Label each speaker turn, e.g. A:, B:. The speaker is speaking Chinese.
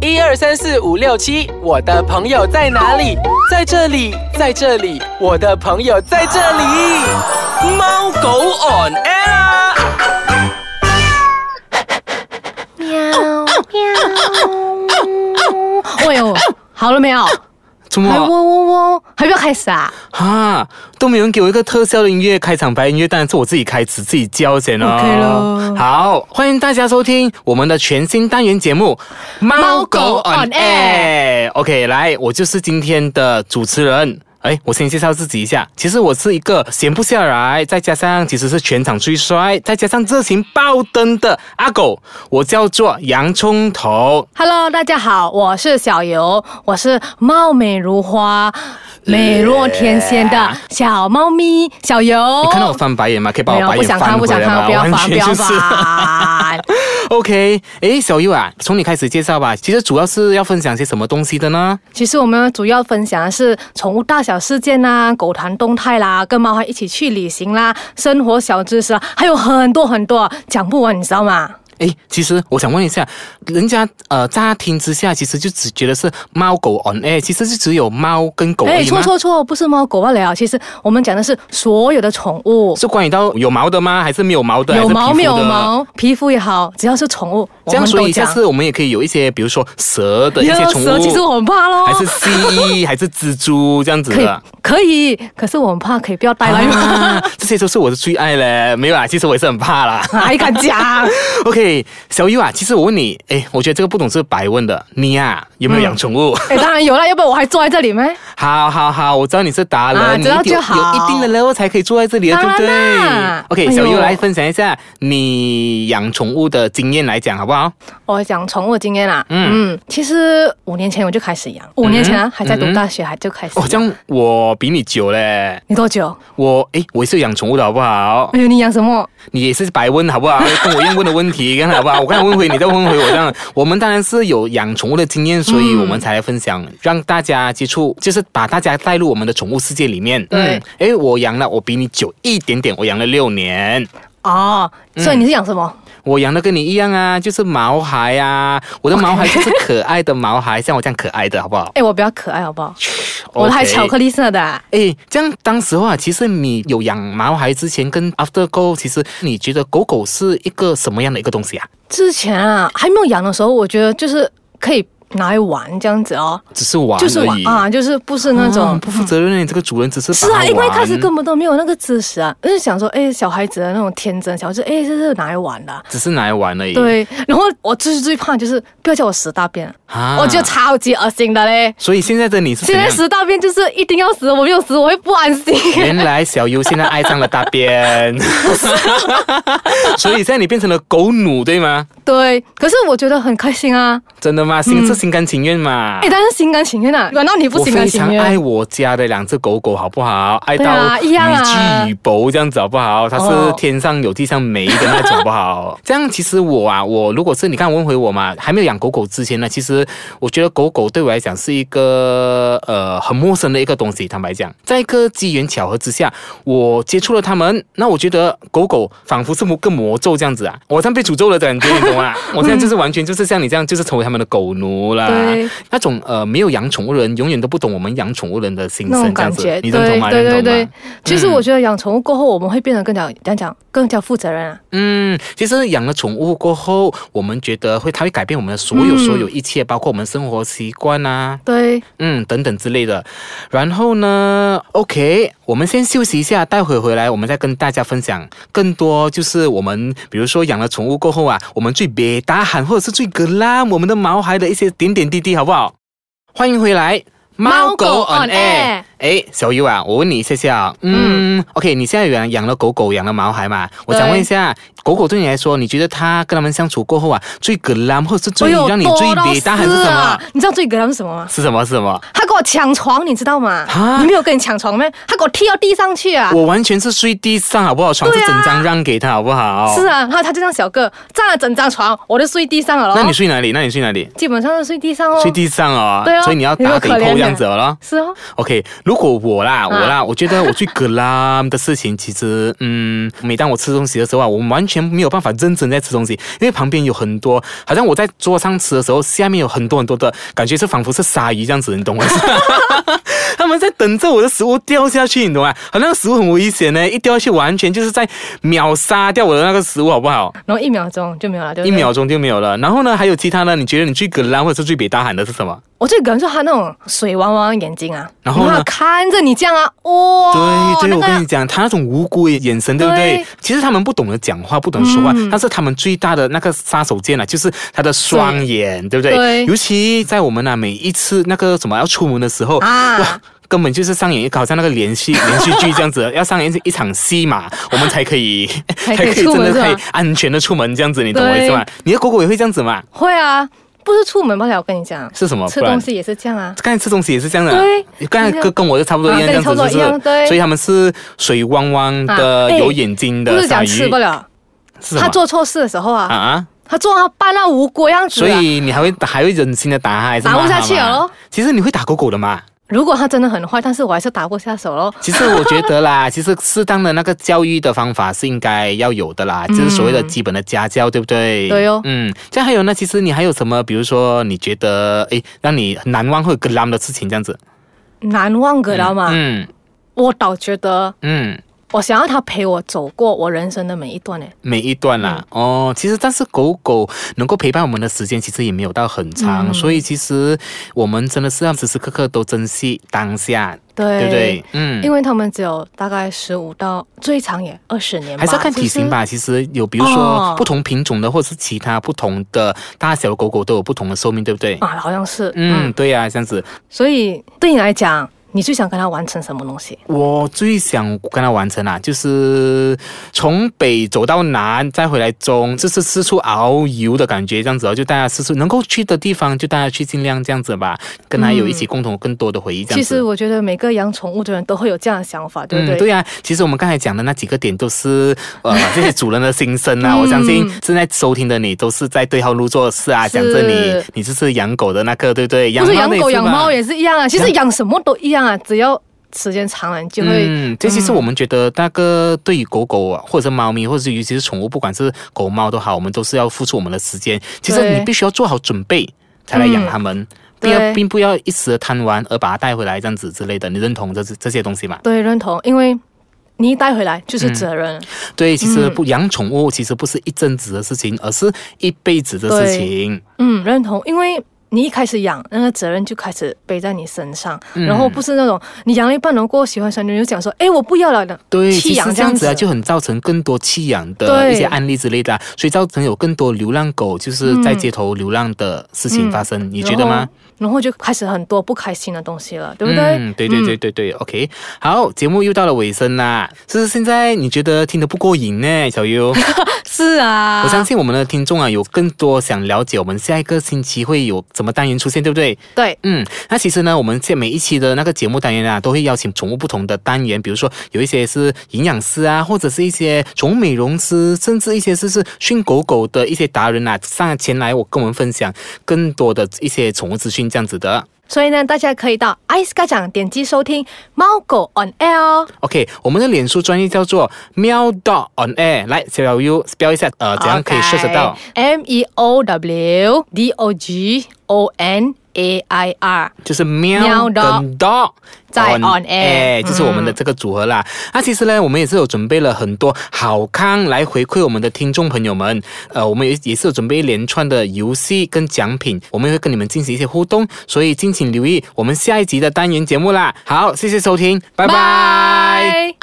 A: 一二三四五六七，我的朋友在哪里？在这里，在这里，我的朋友在这里。猫狗 on air 啊！
B: 喵喵。哎呦，好了没有？
C: 怎
B: 还嗡
C: 么
B: 嗡嗡，还不要开始啊？
C: 啊？都没有人给我一个特效的音乐开场白音乐，当然是我自己开始自己教先了。
B: OK 咯
C: 好，欢迎大家收听我们的全新单元节目《
B: 猫狗 on air
C: OK，来，我就是今天的主持人。哎，我先介绍自己一下。其实我是一个闲不下来，再加上其实是全场最帅，再加上热情爆灯的阿狗，我叫做洋葱头。
B: Hello，大家好，我是小游，我是貌美如花、美若天仙的小猫咪小游。
C: 你看到我翻白眼吗？可以把
B: 没
C: 我
B: 有？
C: 白
B: 不
C: 眼
B: 想
C: 翻
B: 看，不
C: 回
B: 想
C: 来吗？
B: 看，不要
C: 完
B: 烦，不
C: 全
B: 要
C: 就是。
B: 烦。
C: OK，诶，小优啊，从你开始介绍吧。其实主要是要分享些什么东西的呢？
B: 其实我们主要分享的是宠物大小事件啦、狗谈动态啦、跟猫还一起去旅行啦、生活小知识啦，啊还有很多很多，讲不完，你知道吗？
C: 诶，其实我想问一下，人家呃乍听之下，其实就只觉得是猫狗 on air，其实就只有猫跟狗而已吗？
B: 哎错错错，不是猫狗罢了。其实我们讲的是所有的宠物，
C: 是关于到有毛的吗？还是没有毛的？
B: 有毛
C: 还是
B: 没
C: 皮肤
B: 有
C: 的？
B: 毛，皮肤也好，只要是宠物，我
C: 这样，
B: 们
C: 所
B: 都
C: 以下
B: 讲。
C: 次我们也可以有一些，比如说蛇的一些
B: 有
C: 宠物，
B: 蛇，其实我很怕咯。
C: 还是蜥蜴，还是蜘蛛这样子
B: 可以
C: 的。
B: 可以，可是我很怕，可以不要带来 吗？
C: 啊，这些都是我的最爱嘞，没有啊啦，其实我也是很怕啦。
B: 还敢 讲？
C: OK，小优啊，其实我问你，哎，我觉得这个不懂是白问的。你呀、有没有养宠物？
B: 哎，当然有啦，要不然我还坐在这里咩？
C: 好好好，我知道你是达人，
B: 啊
C: 你
B: 知道
C: 一定有
B: 就好
C: 有一定的 level 才可以坐在这里的，对
B: 当
C: 不
B: 然
C: 对
B: 啦
C: ？OK，
B: 哎呦
C: 小优来分享一下你养宠物的经验来讲，好不好？
B: 我讲宠物的经验啦，
C: 嗯
B: 嗯其实五年前我就开始养，五年前啊还在读大学，还就开始
C: 哦，这
B: 养。
C: 样我比你久嘞，
B: 你多久？
C: 我哎，我也是有养宠物的好不好？
B: 哎呦，你养什么？
C: 你也是白问好不好？ 跟我一样问的问题，看好不好？我刚才问回你，再问回我，这样我们当然是有养宠物的经验，所
B: 嗯
C: 以我们才来分享，让大家接触，就是把大家带入我们的宠物世界里面。
B: 对
C: 嗯，哎，我养了，我比你久一点点，我养了六年。
B: 哦，
C: 嗯
B: 所以你是养什么？
C: 我养的跟你一样啊，就是毛孩啊，我的毛孩就是可爱的毛孩，像我这样可爱的，好不好？
B: 哎，我比较可爱，好不好？我的还
C: OK
B: 巧克力色的啊。
C: 诶，这样当时候啊，其实你有养毛孩之前跟 after go，其实你觉得狗狗是一个什么样的一个东西啊？
B: 之前啊还没有养的时候，我觉得就是可以拿来玩这样子哦，
C: 只是玩而
B: 就
C: 已，
B: 是玩啊，就是不是那种
C: 哦不负责任的这个主人只是
B: 是
C: 把
B: 啊，
C: 它
B: 因为一开始
C: 玩
B: 根本都没有那个知识啊，就是想说，哎，小孩子的那种天真，想说，哎，这是拿来玩的啊、
C: 只是拿来玩而已。
B: 对，然后我最最怕就是不要叫我屎大便啊，
C: 啊
B: 我觉得超级恶心的嘞。
C: 所以现在的你是怎
B: 现
C: 样
B: 在？ 屎大便就是一定要死，我没有死我会不安心。
C: 原来小优现在爱上了大 便，所以现在你变成了狗奴对吗？
B: 对，可是我觉得很开心啊，
C: 真的吗？心是心甘情愿嘛？
B: 哎，但是心甘情愿啊，难道你不
C: 我
B: 心甘
C: 非
B: 情
C: 常爱
B: 愿？
C: 我家的两只狗狗，好不好？爱
B: 对啊
C: 到
B: 一样啊
C: 与具与薄这样子，好不好？它是
B: 哦
C: 天上有地上没的那种，好不好？这样其实我啊，我如果是你刚刚问回我嘛，还没有养狗狗之前呢，其实我觉得狗狗对我来讲是一个呃很陌生的一个东西。坦白讲，在一个机缘巧合之下，我接触了它们，那我觉得狗狗仿佛是一个魔咒这样子啊，我像被诅咒了的感觉，你懂吗？我现在就是完全就是像你这样，就是成为他们的狗奴啦。
B: 对
C: 啊那种呃没有养宠物的人，永远都不懂我们养宠物人的心
B: 那
C: 声，
B: 种
C: 这样
B: 感
C: 子
B: 觉，，
C: 你认同
B: 对
C: 吗？
B: 对对
C: 认同
B: 对
C: 吗？。嗯
B: 其实我觉得养宠物过后，我们会变得更加讲讲更加负责任啊。
C: 嗯，其实养了宠物过后，我们觉得会它会改变我们的所有、
B: 嗯
C: 所有一切，包括我们生活习惯啊，
B: 对，
C: 嗯等等之类的。然后呢，OK，我们先休息一下，待会回来我们再跟大家分享更多，就是我们比如说养了宠物过后啊，我们最别打喊或者是最格拉我们的毛孩的一些点点滴滴，好不好？欢迎回来。
B: 猫狗 on air
C: 哎，小优啊，我问你一下下啊，嗯 o k 你现在养养了狗狗，养了毛孩嘛？我想问一下，狗狗对你来说，你觉得它跟它们相处过后啊，最格拉或者是最
B: 哎呦
C: 让你最
B: 多到
C: 别大喊是
B: 死
C: 什么
B: 啊？你知道最给他们什么吗？
C: 是什么？是什么？
B: 他跟我抢床，你知道吗
C: 啊？
B: 你没有跟你抢床咩？他给我踢到地上去啊！
C: 我完全是睡地上，好不好？床是
B: 对啊
C: 整张让给他，好不好？
B: 是。啊，然后他就这样小个占了整张床，我就睡地上了咯。
C: 那你睡哪里？那你睡哪里？
B: 基本上是睡地上哦。
C: 睡地上哦，
B: 对哦
C: 所以你要打
B: 有
C: 给
B: 没有可怜
C: 扣
B: 呢
C: 这样子了咯。
B: 是哦，
C: OK，如如果我啦，我啦，我觉得我最 glam 的事情，其实，嗯，每当我吃东西的时候啊，我完全没有办法认真在吃东西，因为旁边有很多，好像我在桌上吃的时候，下面有很多很多的感觉，是仿佛是鲨鱼这样子，你懂吗？ 他们在等着我的食物掉下去，你懂吗？好像食物很危险呢，一掉下去完全就是在秒杀掉我的那个食物，好不好？
B: 然后一秒钟就没有了，对不
C: 一
B: 对？
C: 秒钟就没有了。然后呢，还有其他呢？你觉得你最格拉或者是最北大喊的是什么？
B: 我最感受他那种水汪汪的眼睛啊，
C: 然后呢
B: 他看着你这样啊，哇、哦，
C: 对对，
B: 那
C: 我
B: 个
C: 跟你讲，他那种无辜的眼神，对不对？
B: 对嗯
C: 其实他们不懂得讲话，不懂得说话，但是他们最大的那个杀手锏啊，就是他的双眼，对不对？
B: 对
C: 尤其在我们啊，每一次那个什么要出门的时候，
B: 啊，
C: 根本就是上演一个好像那个连续连续剧这样子，要上演一场戏嘛，我们 才可以
B: 才可以出
C: 真
B: 门
C: 的
B: 是吧
C: 可以安全的出门这样子，你懂我意思吗？你的狗狗也会这样子嘛？
B: 会啊，不是出门罢了，我跟你讲，
C: 是什么？
B: 吃
C: 不然
B: 东西也是这样啊，
C: 刚才吃东西也是这样的、
B: 对
C: 刚才跟跟我就差不多一样，
B: 啊
C: 这样
B: 跟你差不多
C: 子是不
B: 一
C: 是
B: 样？对
C: 所以他们是水汪汪的、
B: 啊哎
C: 有眼睛
B: 不
C: 的
B: 是
C: 鲨
B: 讲
C: 鱼，
B: 吃不了，
C: 是什么
B: 他做错事的时候啊，
C: 啊啊，
B: 他做到扮到无辜样子、
C: 所
B: 啊。
C: 以你还会还会忍心的打他，还是
B: 打不
C: 骂
B: 下
C: 他
B: 去哦
C: 吗
B: 了咯
C: 其实你会打狗狗 的嘛？
B: 如果他真的很坏，但是我还是打不下手喽。
C: 其实我觉得啦，其实适当的那个教育的方法是应该要有的啦，就是所谓的基本的家教，对不
B: 嗯
C: 对？
B: 对哦
C: 嗯，这样还有呢？其实你还有什么？比如说你觉得诶让你很难忘或者更浪的事情，这样子？
B: 难忘的了嘛，
C: 嗯
B: 我倒觉得
C: 嗯。
B: 我想要他陪我走过我人生的每一段欸呢。
C: 每一段啦，
B: 嗯
C: 哦，其实但是狗狗能够陪伴我们的时间其实也没有到很长，
B: 嗯
C: 所以其实我们真的是要时时刻刻都珍惜当下，
B: 对
C: 对不对？嗯，
B: 因
C: 为
B: 为他们只有大概十五到最长也二十年吧，
C: 还是要看体型吧。其实有比如说
B: 哦
C: 不同品种的，或者是其他不同的大小的狗狗都有不同的寿命，对不对
B: 是？不是。啊，好像是，嗯，
C: 嗯，对呀、这样子。
B: 所以对你来讲，你最想跟他完成什么东西？
C: 我最想跟它完成啊，就是从北走到南，再回来中，就是四处遨游的感觉，这样子哦，就大家四处能够去的地方，就大家去尽量这样子吧，跟它有一起共同更多的回忆，这
B: 其
C: 样子。
B: 实我觉得每个养宠物的人都会有这样的想法，对不对？
C: 嗯，对呀、其实我们刚才讲的那几个点都是 呃这些主人的心声啊，我相信
B: 嗯
C: 正在收听的你都是在对号入座的事啊，
B: 是
C: 想着你你就是养狗的那个，对不对？
B: 不是
C: 猫
B: 养
C: 的
B: 狗
C: 也
B: 养
C: 吧
B: 猫也是一样啊，其实养什么都一样啊，只要时间长了，你就会、
C: 嗯，这其实我们觉得那个对于狗狗啊，或者是猫咪，或者是尤其是宠物，不管是狗猫都好，我们都是要付出我们的时间。其实
B: 对嗯
C: 你必须要做好准备才来养它们，不要
B: 对
C: 并不要一时的贪玩而把它带回来这样子之类的。你认同这这些东西吗？
B: 对认同，因为你一带回来就是责任。
C: 嗯对，其
B: 嗯
C: 实不养宠物其实不是一阵子的事情，而是一辈子的事情。
B: 嗯，认同，因为你一开始养，那个责任就开始背在你身上，
C: 嗯
B: 然后不是那种你养了一半，然后过后喜欢上你就讲说，哎，我不要了的，
C: 对，
B: 弃
C: 其实
B: 养
C: 这
B: 这
C: 样
B: 样
C: 子
B: 子
C: 啊，就很造成更多弃养的
B: 对
C: 一些案例之类的啊、所以造成有更多流浪狗就是
B: 嗯
C: 在街头流浪的事情发生，你觉得吗？
B: 然后？然后就开始很多不开心的东西了，对不对？
C: 嗯，对对对对对、o k 好，节目又到了尾声啦，是现在你觉得听得不过瘾呢，小优？
B: 是啊，
C: 我相信我们的听众啊，有更多想了解我们下一个星期会有什么单元出现，对不对？
B: 对，
C: 嗯，那其实呢，我们这每一期的那个节目单元啊，都会邀请宠物不同的单元，比如说有一些是营养师啊，或者是一些宠物美容师，甚至一些是是训狗狗的一些达人啊，上前来我跟我们分享更多的一些宠物资讯这样子的。
B: 所以呢，大家可以到 Ice 家长点击收听《猫狗 on Air》哦。
C: OK，我们的脸书专业叫做喵 dot on air，来小小 U 标一下，呃，怎样可以
B: OK
C: 设得到
B: M E O W D O G O N A I R。
C: 就是喵
B: 喵
C: 跟
B: dot
C: dot
B: 在 on air，嗯
C: 就是我们的这个组合啦。那、其实呢，我们也是有准备了很多好康来回馈我们的听众朋友们。呃，我们也也是有准备一连串的游戏跟奖品，我们也会跟你们进行一些互动，所以敬请留意我们下一集的单元节目啦。好，谢谢收听，拜拜。
B: 拜。